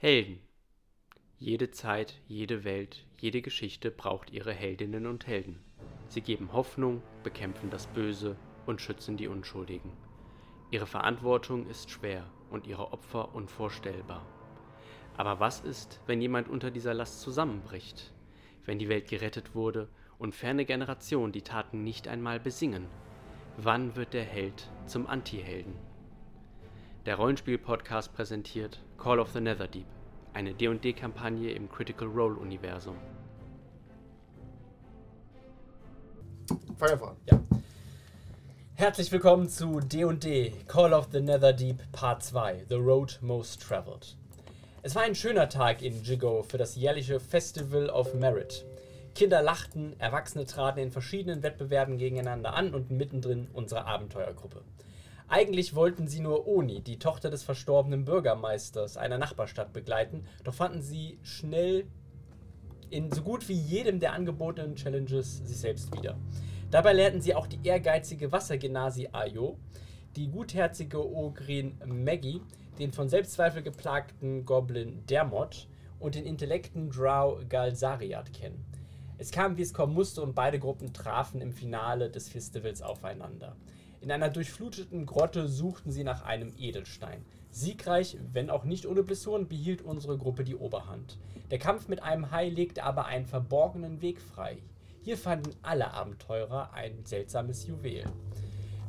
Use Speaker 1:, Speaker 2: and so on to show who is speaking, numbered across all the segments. Speaker 1: Helden. Jede Zeit, jede Welt, jede Geschichte braucht ihre Heldinnen und Helden. Sie geben Hoffnung, bekämpfen das Böse und schützen die Unschuldigen. Ihre Verantwortung ist schwer und ihre Opfer unvorstellbar. Aber was ist, wenn jemand unter dieser Last zusammenbricht? Wenn die Welt gerettet wurde und ferne Generationen die Taten nicht einmal besingen? Wann wird der Held zum Antihelden? Der Rollenspiel-Podcast präsentiert Call of the Netherdeep, eine D&D-Kampagne im Critical Role-Universum.
Speaker 2: Fang einfach an.
Speaker 3: Ja. Herzlich willkommen zu D&D Call of the Netherdeep Part 2 The Road Most Traveled. Es war ein schöner Tag in Jigo für das jährliche Festival of Merit. Kinder lachten, Erwachsene traten in verschiedenen Wettbewerben gegeneinander an und mittendrin unsere Abenteuergruppe. Eigentlich wollten sie nur Oni, die Tochter des verstorbenen Bürgermeisters einer Nachbarstadt, begleiten, doch fanden sie schnell in so gut wie jedem der angebotenen Challenges sich selbst wieder. Dabei lernten sie auch die ehrgeizige Wassergenasi Ayo, die gutherzige Ogrin Maggie, den von Selbstzweifel geplagten Goblin Dermot und den intellekten Drow Galsariat kennen. Es kam, wie es kommen musste, und beide Gruppen trafen im Finale des Festivals aufeinander. In einer durchfluteten Grotte suchten sie nach einem Edelstein. Siegreich, wenn auch nicht ohne Blessuren, behielt unsere Gruppe die Oberhand. Der Kampf mit einem Hai legte aber einen verborgenen Weg frei. Hier fanden alle Abenteurer ein seltsames Juwel.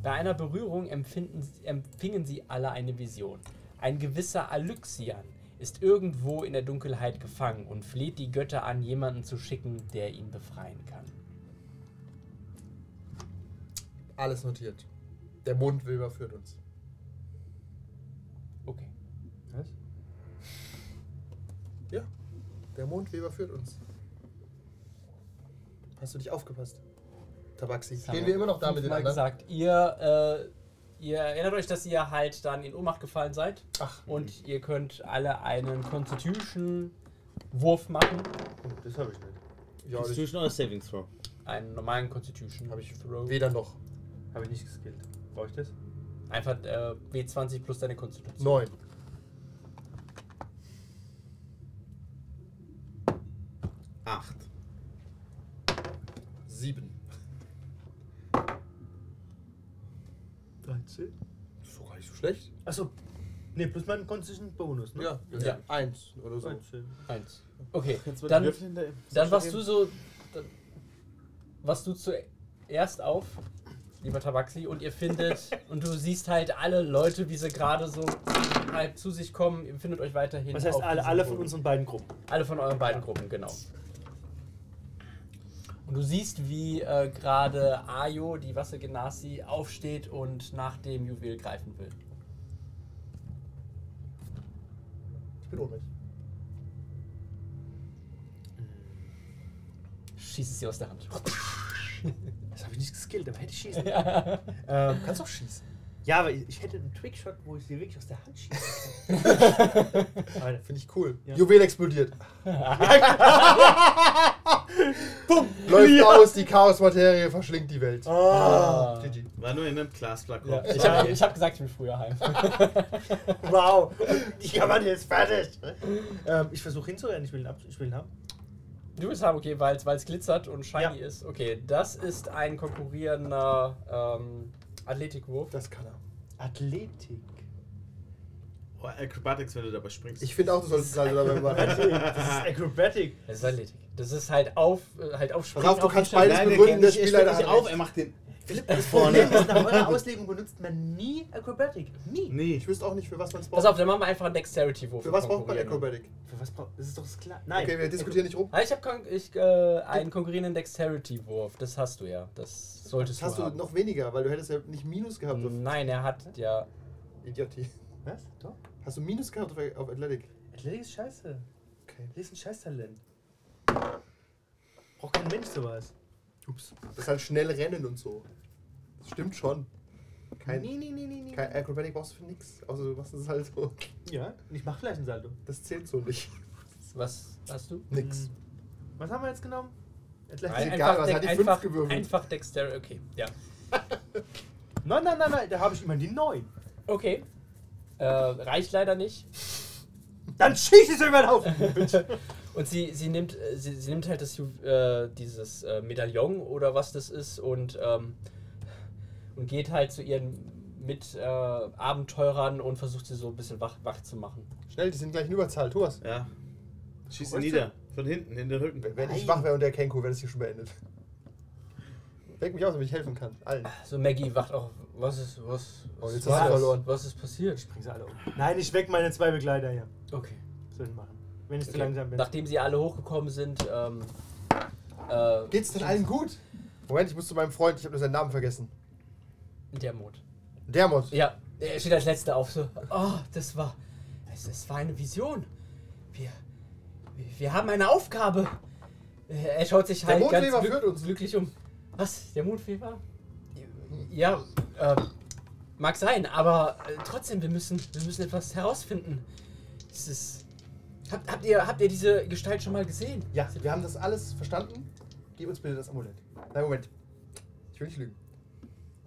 Speaker 3: Bei einer Berührung empfinden, empfingen sie alle eine Vision. Ein gewisser Alyxian ist irgendwo in der Dunkelheit gefangen und fleht die Götter an, jemanden zu schicken, der ihn befreien kann.
Speaker 2: Alles notiert. Der Mundwilber führt uns.
Speaker 3: Okay.
Speaker 2: Was? Ja. Der Mondweber führt uns. Hast du dich aufgepasst? Tabaxi.
Speaker 3: Das haben
Speaker 2: Stehen wir immer noch da mit den
Speaker 3: fünfmal
Speaker 2: anderen?
Speaker 3: gesagt, ihr, äh, ihr erinnert euch, dass ihr halt dann in Ohnmacht gefallen seid
Speaker 2: Ach,
Speaker 3: und ihr könnt alle einen Constitution-Wurf machen.
Speaker 4: Das habe ich nicht.
Speaker 2: ja, das
Speaker 4: Constitution oder Saving Throw?
Speaker 3: Einen normalen Constitution.
Speaker 2: habe ich
Speaker 3: Throw.
Speaker 2: weder noch.
Speaker 4: Habe ich nicht geskillt. Brauche ich das?
Speaker 3: Einfach äh, W20 plus deine Konstitution.
Speaker 2: Neun.
Speaker 4: Acht.
Speaker 2: Sieben.
Speaker 4: 13?
Speaker 2: Das ist doch gar nicht so schlecht.
Speaker 4: Achso. Ne, plus mein Constitution Bonus, ne?
Speaker 2: Ja, das
Speaker 3: Ja.
Speaker 2: ist eins oder so.
Speaker 4: 13.
Speaker 3: Eins. Okay,
Speaker 5: wird
Speaker 3: dann,
Speaker 5: die Würfel in der-
Speaker 3: dann warst du so. Dann, was du zuerst auf, lieber Tabaxi, und ihr findet. und du siehst halt alle Leute, wie sie gerade so halb zu sich kommen. Ihr findet euch weiterhin.
Speaker 6: Das heißt,
Speaker 3: auf
Speaker 6: alle,
Speaker 3: diesem
Speaker 6: alle von
Speaker 3: Boden.
Speaker 6: unseren beiden Gruppen.
Speaker 3: Alle von euren beiden Gruppen, genau. Und du siehst, wie äh, gerade Ayo, die Wassergenasi, aufsteht und nach dem Juwel greifen will.
Speaker 2: Ich bin ohnmächtig.
Speaker 3: Schießt es ihr aus der Hand.
Speaker 6: Das habe ich nicht geskillt, aber hätte ich schießen.
Speaker 3: ja.
Speaker 6: ähm,
Speaker 2: Du kannst auch schießen.
Speaker 6: ja, aber ich ich hätte einen Trickshot, wo ich sie wirklich aus der Hand schieße. aber
Speaker 2: Finde ich cool.
Speaker 6: Ja.
Speaker 2: Juwel explodiert. Pum. Läuft aus, die Chaosmaterie verschlingt die Welt.
Speaker 3: Ah.
Speaker 2: GG.
Speaker 4: War nur in einem Glasklar
Speaker 3: Ja,
Speaker 4: ja.
Speaker 3: ich habe hab gesagt, ich bin früher heim.
Speaker 6: wow, die Kampagne ist fertig. ähm, ich versuche hinzurennen, ich will ihn, ab, ich will ihn haben.
Speaker 3: Du bist haben, okay, weil es glitzert und shiny
Speaker 6: Ja.
Speaker 3: ist. Okay, das ist ein konkurrierender ähm, Athletikwurf.
Speaker 2: Das kann er.
Speaker 6: Athletik.
Speaker 4: Oh, Acrobatics, wenn du dabei springst.
Speaker 2: Ich finde auch, du solltest es also dabei machen.
Speaker 6: Das ist Acrobatic.
Speaker 3: Das ist Athletik. Das ist halt auf, äh, halt aufspringen.
Speaker 2: Pass auf, du
Speaker 3: den
Speaker 2: kannst
Speaker 3: Stein.
Speaker 2: beides-
Speaker 5: Nein, der
Speaker 2: begründen,
Speaker 5: kennt
Speaker 2: das
Speaker 5: nicht, er
Speaker 2: Spiel leider halt
Speaker 5: steht nicht
Speaker 2: hat
Speaker 5: auf,
Speaker 2: recht.
Speaker 5: er macht den.
Speaker 6: Philipp, das Problem ist, nach eurer Auslegung benutzt man nie Acrobatic. Nie.
Speaker 4: Nee.
Speaker 2: Ich wüsste auch nicht, für was man es braucht.
Speaker 3: Pass auf, dann machen wir einfach einen Dexterity-Wurf.
Speaker 2: Für
Speaker 3: und
Speaker 2: was braucht man
Speaker 3: konkurrieren.
Speaker 2: Acrobatic?
Speaker 6: Für was braucht. Das ist doch das klar. Nein.
Speaker 2: Okay, wir diskutieren nicht rum.
Speaker 3: Ah, ich habe ich, äh, einen konkurrierenden Dexterity-Wurf. Das hast du ja. Das solltest
Speaker 2: Das hast
Speaker 3: du Hm.
Speaker 2: du
Speaker 3: haben.
Speaker 2: noch weniger, weil du hättest ja nicht Minus gehabt auf
Speaker 3: Nein, er hat ja.
Speaker 2: Idiotie.
Speaker 6: Äh, Was? Doch.
Speaker 2: Hast du Minus gehabt auf, auf Athletic?
Speaker 6: Athletik ist scheiße.
Speaker 2: Okay.
Speaker 6: Athletik ist ein Scheißtalent. Braucht kein Mensch sowas.
Speaker 2: Ups. Das ist halt schnell rennen und so. Das stimmt schon. Kein,
Speaker 6: nee, nee, nee, nee, nee.
Speaker 2: kein Acrobatic brauchst du für nix. Außer du machst es halt so.
Speaker 6: Ja, und ich mach gleich ein Salto.
Speaker 2: Das zählt so nicht.
Speaker 3: Was hast du?
Speaker 2: Nix.
Speaker 6: Hm. Was haben wir jetzt genommen?
Speaker 2: Nein.
Speaker 6: Athletics.
Speaker 2: egal, was
Speaker 3: Dex-
Speaker 2: hat die fünf
Speaker 3: einfach,
Speaker 2: gewürfelt?
Speaker 3: einfach Dexterity. Okay, ja.
Speaker 6: Nein, nein, nein, nein, da habe ich immer die 9.
Speaker 3: Okay. Äh, reicht leider nicht.
Speaker 6: Dann schieß ich sie über den Haufen. Bitch.
Speaker 3: Und sie, sie, nimmt, äh, sie, sie nimmt halt das, Ju- äh, dieses äh, Medaillon oder was das ist und, ähm, und geht halt zu ihren Mitabenteurern äh, Abenteurern und versucht sie so ein bisschen wach, wach zu machen.
Speaker 2: Schnell, die sind gleich in Überzahl. Tu was.
Speaker 4: Ja. Schieß
Speaker 2: Weißt
Speaker 4: ihn
Speaker 2: du-
Speaker 4: nieder. Von hinten, in den Rücken.
Speaker 2: Wenn wenn ich wach wäre und der Kenko, wäre das hier schon beendet. Weck mich aus, damit ich helfen kann. Allen.
Speaker 3: So Maggie wacht auch. Was ist. Was,
Speaker 2: Oh,
Speaker 3: was,
Speaker 2: jetzt
Speaker 3: was,
Speaker 2: hast du
Speaker 3: ist-
Speaker 2: verloren.
Speaker 3: was ist passiert?
Speaker 6: Bring sie alle um. Nein, ich weck meine zwei Begleiter hier.
Speaker 3: Okay.
Speaker 6: Sollen machen. Wenn ich zu
Speaker 3: Okay.
Speaker 6: langsam bin.
Speaker 3: Nachdem sie alle hochgekommen sind, ähm, äh,
Speaker 2: Geht's denn allen gut? Moment, ich muss zu meinem Freund, ich habe nur seinen Namen vergessen.
Speaker 3: der Mond.
Speaker 2: Dermot.
Speaker 3: Ja, er steht als letzter auf so. Oh, das war. Es, es war eine Vision. Wir. Wir haben eine Aufgabe. Er schaut sich
Speaker 2: Der
Speaker 3: halt ganz
Speaker 2: Mondweber
Speaker 3: glück,
Speaker 2: führt uns.
Speaker 3: glücklich um. Was? Der Mondweber? Ja, äh, mag sein, aber äh, trotzdem, wir müssen, wir müssen etwas herausfinden. Es ist. Habt, habt, ihr, habt ihr diese Gestalt schon mal gesehen?
Speaker 2: Ja, wir haben das alles verstanden. Gib uns bitte das Amulett. Nein, Moment. Ich will nicht lügen.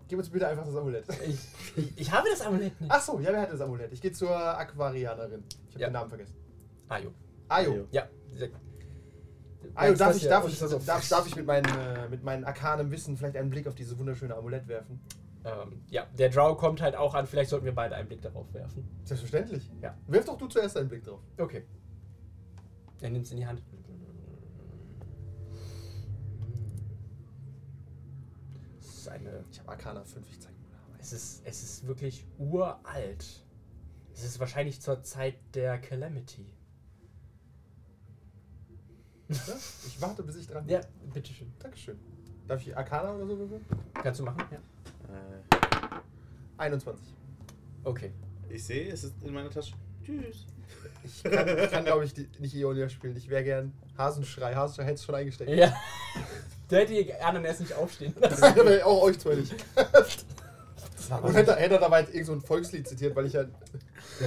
Speaker 2: Gib uns bitte einfach das Amulett.
Speaker 3: Ich, ich, ich habe das Amulett nicht.
Speaker 2: Ach so, ja, wer hat das Amulett? Ich gehe zur Aquarianerin. Ich habe
Speaker 3: Ja.
Speaker 2: den Namen vergessen.
Speaker 3: Ah, jo.
Speaker 2: Ayo.
Speaker 3: Ja. sie sagt-
Speaker 2: Ayo, darf
Speaker 3: Merkst
Speaker 2: ich,
Speaker 3: du das
Speaker 2: darf
Speaker 3: ja?
Speaker 2: ich,
Speaker 3: Und so-
Speaker 2: darf, darf ich mit meinem, äh, mit meinem arkanem Wissen vielleicht einen Blick auf dieses wunderschöne Amulett werfen?
Speaker 3: Ähm, ja, der Drow kommt halt auch an. Vielleicht sollten wir beide einen Blick darauf werfen.
Speaker 2: Selbstverständlich.
Speaker 3: Ja.
Speaker 2: Wirf doch du zuerst einen Blick drauf.
Speaker 3: Okay. Er nimmt es in die Hand. Es ist eine.
Speaker 2: Ich habe Arcana 5, ich zeig mal.
Speaker 3: Es ist, es ist wirklich uralt. Es ist wahrscheinlich zur Zeit der Calamity.
Speaker 2: Ja, Ich warte, bis ich dran bin.
Speaker 3: Ja, bitteschön.
Speaker 2: Dankeschön. Darf ich Arcana oder so würfeln?
Speaker 3: Kannst du machen? Ja.
Speaker 4: Äh,
Speaker 2: 21.
Speaker 3: Okay.
Speaker 4: ich sehe, es ist in meiner Tasche. Tschüss.
Speaker 2: Ich kann, ich kann glaube ich, die, nicht Ionia spielen. Ich wäre gern Hasenschrei. Hasenschrei hätte schon eingesteckt.
Speaker 3: Ja. da hätte die anderen erst nicht aufstehen lassen.
Speaker 2: Aber auch euch zwei nicht. Und hätte, hätte er dabei jetzt irgend so ein Volkslied zitiert, weil ich ja.
Speaker 6: Du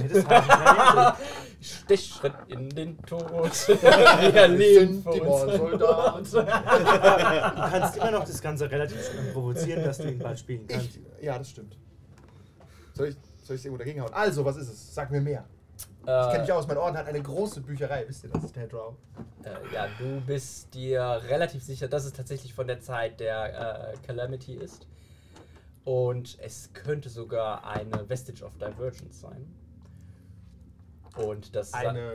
Speaker 6: hättest
Speaker 3: Ah,
Speaker 6: halt reagiert.
Speaker 3: Stechschritt in den Tod. Wir leben für
Speaker 2: die
Speaker 3: unseren
Speaker 2: Mordsoldaten.
Speaker 3: Mord.
Speaker 6: Du kannst immer noch das Ganze relativ schnell provozieren, dass du ihn bald spielen kannst.
Speaker 2: Ich, ja, das stimmt. Soll ich es irgendwo dagegen hauen? Also, was ist es? Sag mir mehr. Ich kenne mich aus, mein Orden hat eine große Bücherei. Wisst ihr das? Der Drow.
Speaker 3: Äh, ja, du bist dir relativ sicher, dass es tatsächlich von der Zeit der äh, Calamity ist. Und es könnte sogar eine Vestige of Divergence sein. Und das sa-
Speaker 2: Eine.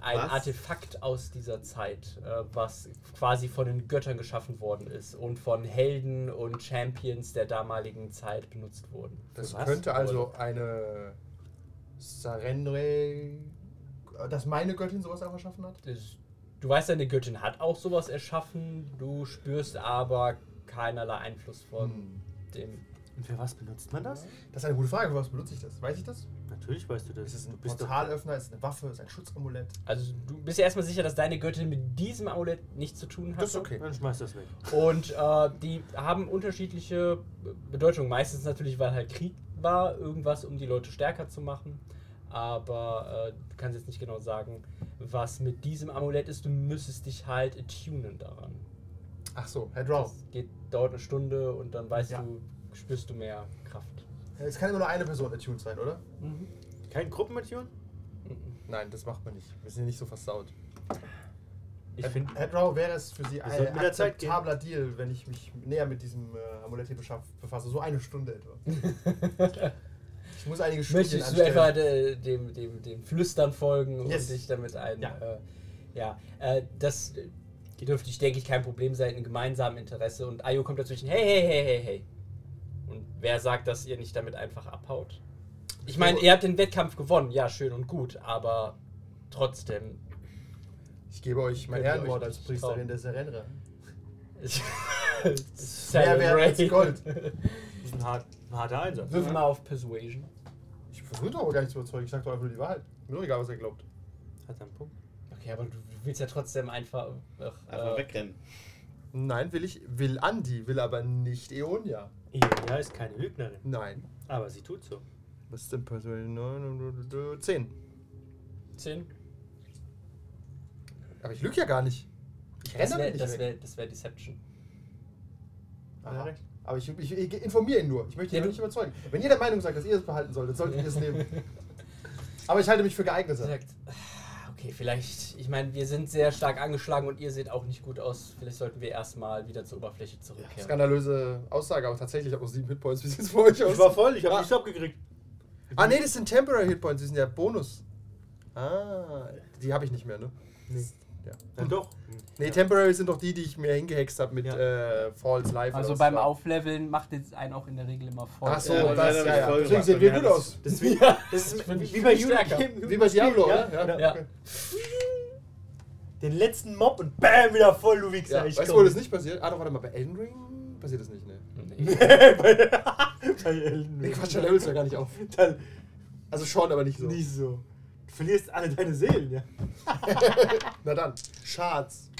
Speaker 3: ein
Speaker 4: Was?
Speaker 3: Artefakt aus dieser Zeit, äh, was quasi von den Göttern geschaffen worden ist und von Helden und Champions der damaligen Zeit benutzt wurden.
Speaker 2: Das
Speaker 6: Für was?
Speaker 2: könnte also eine. Sarendre. Dass meine Göttin sowas auch erschaffen hat?
Speaker 3: Das- Du weißt, deine Göttin hat auch sowas erschaffen, du spürst aber keinerlei Einfluss von
Speaker 2: Hm.
Speaker 3: dem
Speaker 6: Und für was benutzt man das?
Speaker 2: Das ist eine gute Frage. Für was benutze ich das? Weiß ich das?
Speaker 6: Natürlich weißt du das.
Speaker 2: Ist es
Speaker 6: du
Speaker 2: ein
Speaker 6: bist doch-
Speaker 2: Portalöffner? Ist es eine Waffe? Ist es ein Schutzamulett?
Speaker 3: Also du bist ja erstmal sicher, dass deine Göttin mit diesem Amulett nichts zu tun hat.
Speaker 2: Das ist okay.
Speaker 6: Dann schmeiß das weg.
Speaker 3: Und äh, die haben unterschiedliche Bedeutungen. Meistens natürlich, weil halt Krieg war, irgendwas, um die Leute stärker zu machen. Aber äh, du kannst jetzt nicht genau sagen, was mit diesem Amulett ist. Du müsstest dich halt attunen daran.
Speaker 2: Ach so, Herr Drow.
Speaker 3: Das geht, dauert eine Stunde und dann weißt
Speaker 2: Ja.
Speaker 3: du, spürst du mehr Kraft.
Speaker 2: Es kann immer nur eine Person attuned sein, oder?
Speaker 6: Kein Gruppenmission?
Speaker 3: Mhm.
Speaker 2: Nein, das macht man nicht. Wir sind ja nicht so versaut.
Speaker 6: Ich
Speaker 2: Herr-
Speaker 6: finde.
Speaker 2: Herr Drow, wäre es für Sie ein
Speaker 6: sollten mit der Zeit gehen.
Speaker 2: akzeptabler Deal, wenn ich mich näher mit diesem äh, Amulett hier beschaff, befasse? So eine Stunde etwa. ich muss einige Studien
Speaker 3: Möchtest du halt etwa
Speaker 2: anstellen.
Speaker 3: de, äh, dem, dem, dem Flüstern folgen
Speaker 2: Yes.
Speaker 3: und dich damit ein.
Speaker 2: Ja.
Speaker 3: Äh, ja. Äh, das äh, dürfte ich, denke ich, kein Problem sein, im gemeinsamen Interesse. Und Ayo kommt dazwischen, hey, hey, hey, hey, hey. Und wer sagt, dass ihr nicht damit einfach abhaut? Ich meine,
Speaker 2: So.
Speaker 3: ihr habt den Wettkampf gewonnen, ja, schön und gut, aber trotzdem.
Speaker 2: Ich gebe euch mein
Speaker 3: Könnt ihr euch
Speaker 2: Ehrenwort
Speaker 3: nicht
Speaker 2: als Priesterin
Speaker 3: trauen.
Speaker 2: der Serenra.
Speaker 3: Celebrate.
Speaker 2: wert als Gold.
Speaker 6: Das ist ein, hart, ein harter Einsatz.
Speaker 3: Wirf mal auf Persuasion.
Speaker 2: Ich versuche doch aber gar nicht zu überzeugen. Ich sage doch einfach nur die Wahrheit. Mir doch egal, was er glaubt.
Speaker 6: Hat einen Punkt.
Speaker 3: Okay, aber du willst ja trotzdem einfach. ach,
Speaker 4: Einfach
Speaker 3: äh,
Speaker 4: wegrennen.
Speaker 2: Nein, will ich, will Andi, will aber nicht Eonia.
Speaker 6: Ionia ist keine Lügnerin,
Speaker 2: Nein.
Speaker 6: aber sie tut so.
Speaker 2: Was ist denn Persuasion? 9, 10.
Speaker 3: 10?
Speaker 2: Aber ich lüge ja gar nicht. Ich renne
Speaker 3: Das
Speaker 2: damit
Speaker 3: wäre
Speaker 2: nicht
Speaker 3: das
Speaker 2: weg.
Speaker 3: wär, das wär Deception.
Speaker 2: Aha.
Speaker 6: Ja, recht.
Speaker 2: Aber ich, ich, ich informiere ihn nur. Ich möchte ihn nur
Speaker 3: Ja, du-
Speaker 2: nicht überzeugen. Wenn ihr der Meinung sagt, dass ihr es behalten solltet, solltet ihr es nehmen. Aber ich halte mich für
Speaker 3: Sie
Speaker 6: Also,
Speaker 2: geeigneter.
Speaker 3: sagt, ah, Okay, vielleicht, ich meine, wir sind sehr stark angeschlagen und ihr seht auch nicht gut aus. Vielleicht sollten wir erstmal wieder zur Oberfläche zurückkehren.
Speaker 2: Skandalöse Aussage, aber tatsächlich, ich habe noch sieben Hitpoints. Wie sieht's für euch aus?
Speaker 6: Ich war voll, ich habe
Speaker 2: Ah.
Speaker 6: nichts abgekriegt.
Speaker 2: Ah, nee, das sind Temporary Hitpoints, die sind ja Bonus. Ah, die habe ich nicht mehr, ne?
Speaker 6: Nee.
Speaker 2: Ja.
Speaker 6: Ja, doch.
Speaker 2: Nee, Temporary sind doch die, die ich mir hingehext habe mit
Speaker 6: Ja.
Speaker 2: äh, False Life.
Speaker 5: Also
Speaker 2: oder was
Speaker 5: beim
Speaker 2: war.
Speaker 5: Aufleveln macht jetzt einen auch in der Regel immer voll.
Speaker 2: Ach so,
Speaker 4: Ja, leider
Speaker 2: das,
Speaker 4: nicht
Speaker 2: ja, ja.
Speaker 4: voll
Speaker 2: Deswegen
Speaker 4: gemacht,
Speaker 2: sehen wir
Speaker 4: dann
Speaker 2: gut
Speaker 4: wäre
Speaker 2: aus.
Speaker 6: Das ist wie, das ist
Speaker 3: find ich
Speaker 6: wie bei
Speaker 3: viel stärker.
Speaker 6: Unity.
Speaker 2: Wie bei Diablo,
Speaker 6: ja,
Speaker 2: oder?
Speaker 6: Ja.
Speaker 3: Ja.
Speaker 6: Den letzten Mob und BAM, wieder voll, du Wichser.
Speaker 2: Ja.
Speaker 6: ich
Speaker 2: Weißt du,
Speaker 6: komm.
Speaker 2: wo das nicht passiert? Ah, doch, warte mal, bei Elden Ring passiert das nicht, ne?
Speaker 3: Nee.
Speaker 6: bei Elden
Speaker 2: Nee,
Speaker 6: Ring.
Speaker 2: Quatsch, da levelst du ja gar nicht auf.
Speaker 6: Dann
Speaker 2: Also schon, aber nicht so.
Speaker 6: Nicht so. Du verlierst alle deine Seelen, ja.
Speaker 2: Na dann, Schatz.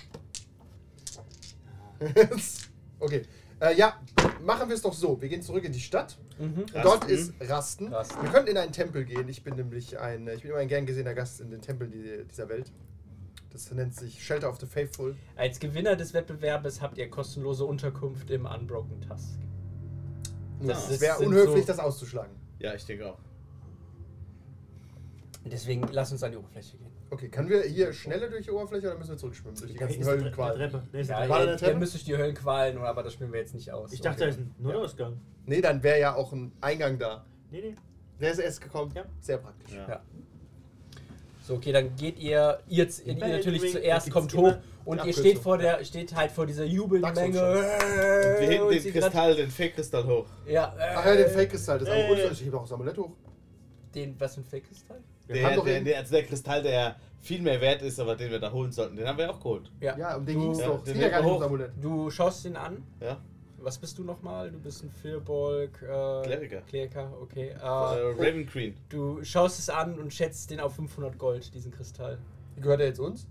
Speaker 2: okay. Äh, ja, machen wir es doch so. Wir gehen zurück in die Stadt. Und Dort ist Rasten.
Speaker 3: Rasten.
Speaker 2: Wir können in einen Tempel gehen. Ich bin nämlich ein, ich bin immer ein gern gesehener Gast in den Tempeln die, dieser Welt. Das nennt sich Shelter of the Faithful.
Speaker 3: Als Gewinner des Wettbewerbes habt ihr kostenlose Unterkunft im Unbroken Task.
Speaker 2: Nur
Speaker 3: Das
Speaker 2: es
Speaker 3: ist-
Speaker 2: wäre
Speaker 3: sind
Speaker 2: unhöflich,
Speaker 3: so-
Speaker 2: das auszuschlagen.
Speaker 4: Ja, ich denke auch.
Speaker 3: Deswegen lass uns an die Oberfläche gehen.
Speaker 2: Okay, können wir hier schneller durch die Oberfläche oder müssen wir zurückschwimmen? Durch die
Speaker 6: Da
Speaker 2: ganzen
Speaker 6: ist eine
Speaker 2: Höllen
Speaker 6: Tre- eine Treppe. Da ist eine
Speaker 3: Ja,
Speaker 2: war da
Speaker 3: ihr,
Speaker 2: eine
Speaker 3: ihr
Speaker 2: Treppe?
Speaker 3: müsst durch die Höllen qualen, aber das spielen wir jetzt nicht aus.
Speaker 6: Ich dachte, da
Speaker 3: Okay.
Speaker 6: ist ein Notausgang.
Speaker 2: Nee, dann wäre ja auch ein Eingang da.
Speaker 6: Nee, nee.
Speaker 2: Der ist erst gekommen.
Speaker 6: Ja.
Speaker 2: Sehr praktisch.
Speaker 4: Ja.
Speaker 3: Ja. So, okay, dann geht ihr jetzt ihr
Speaker 6: Bei Elden
Speaker 3: natürlich
Speaker 6: Ring
Speaker 3: zuerst,
Speaker 6: gibt's
Speaker 3: kommt hoch
Speaker 6: immer
Speaker 3: und
Speaker 2: eine
Speaker 3: ihr steht
Speaker 2: Abkürzung.
Speaker 3: vor der, steht halt vor dieser
Speaker 2: Dark
Speaker 3: Jubelmenge.
Speaker 2: Souls
Speaker 4: Und wir heben
Speaker 3: Äh, und
Speaker 4: den
Speaker 3: sie grad-
Speaker 4: Kristall, den Fake-Kristall hoch.
Speaker 3: Ja,
Speaker 2: Ach ja, den
Speaker 3: äh,
Speaker 2: Fake ist halt. Das ist auch
Speaker 6: Äh.
Speaker 2: unverständlich. Ich hebe auch das Amulett hoch.
Speaker 3: den was für ein Fake ist das?
Speaker 2: Wir haben
Speaker 4: der,
Speaker 2: doch
Speaker 4: der,
Speaker 2: eben-
Speaker 4: der, also der Kristall, der viel mehr wert ist, aber den wir da holen sollten, den haben wir auch geholt.
Speaker 2: Ja, um den
Speaker 3: du,
Speaker 2: ging es
Speaker 4: Ja,
Speaker 2: doch.
Speaker 4: den
Speaker 2: Es ging ja gar nicht
Speaker 4: hoch.
Speaker 2: ums Amulett.
Speaker 3: Du schaust ihn an.
Speaker 4: Ja?
Speaker 3: Was bist du nochmal? Du bist ein Firbolg. Äh,
Speaker 4: Kleriker.
Speaker 3: Kleriker, okay. Äh,
Speaker 4: äh, Raven Queen.
Speaker 3: Du schaust es an und schätzt den auf 500 Gold, diesen Kristall.
Speaker 2: Gehört er jetzt uns?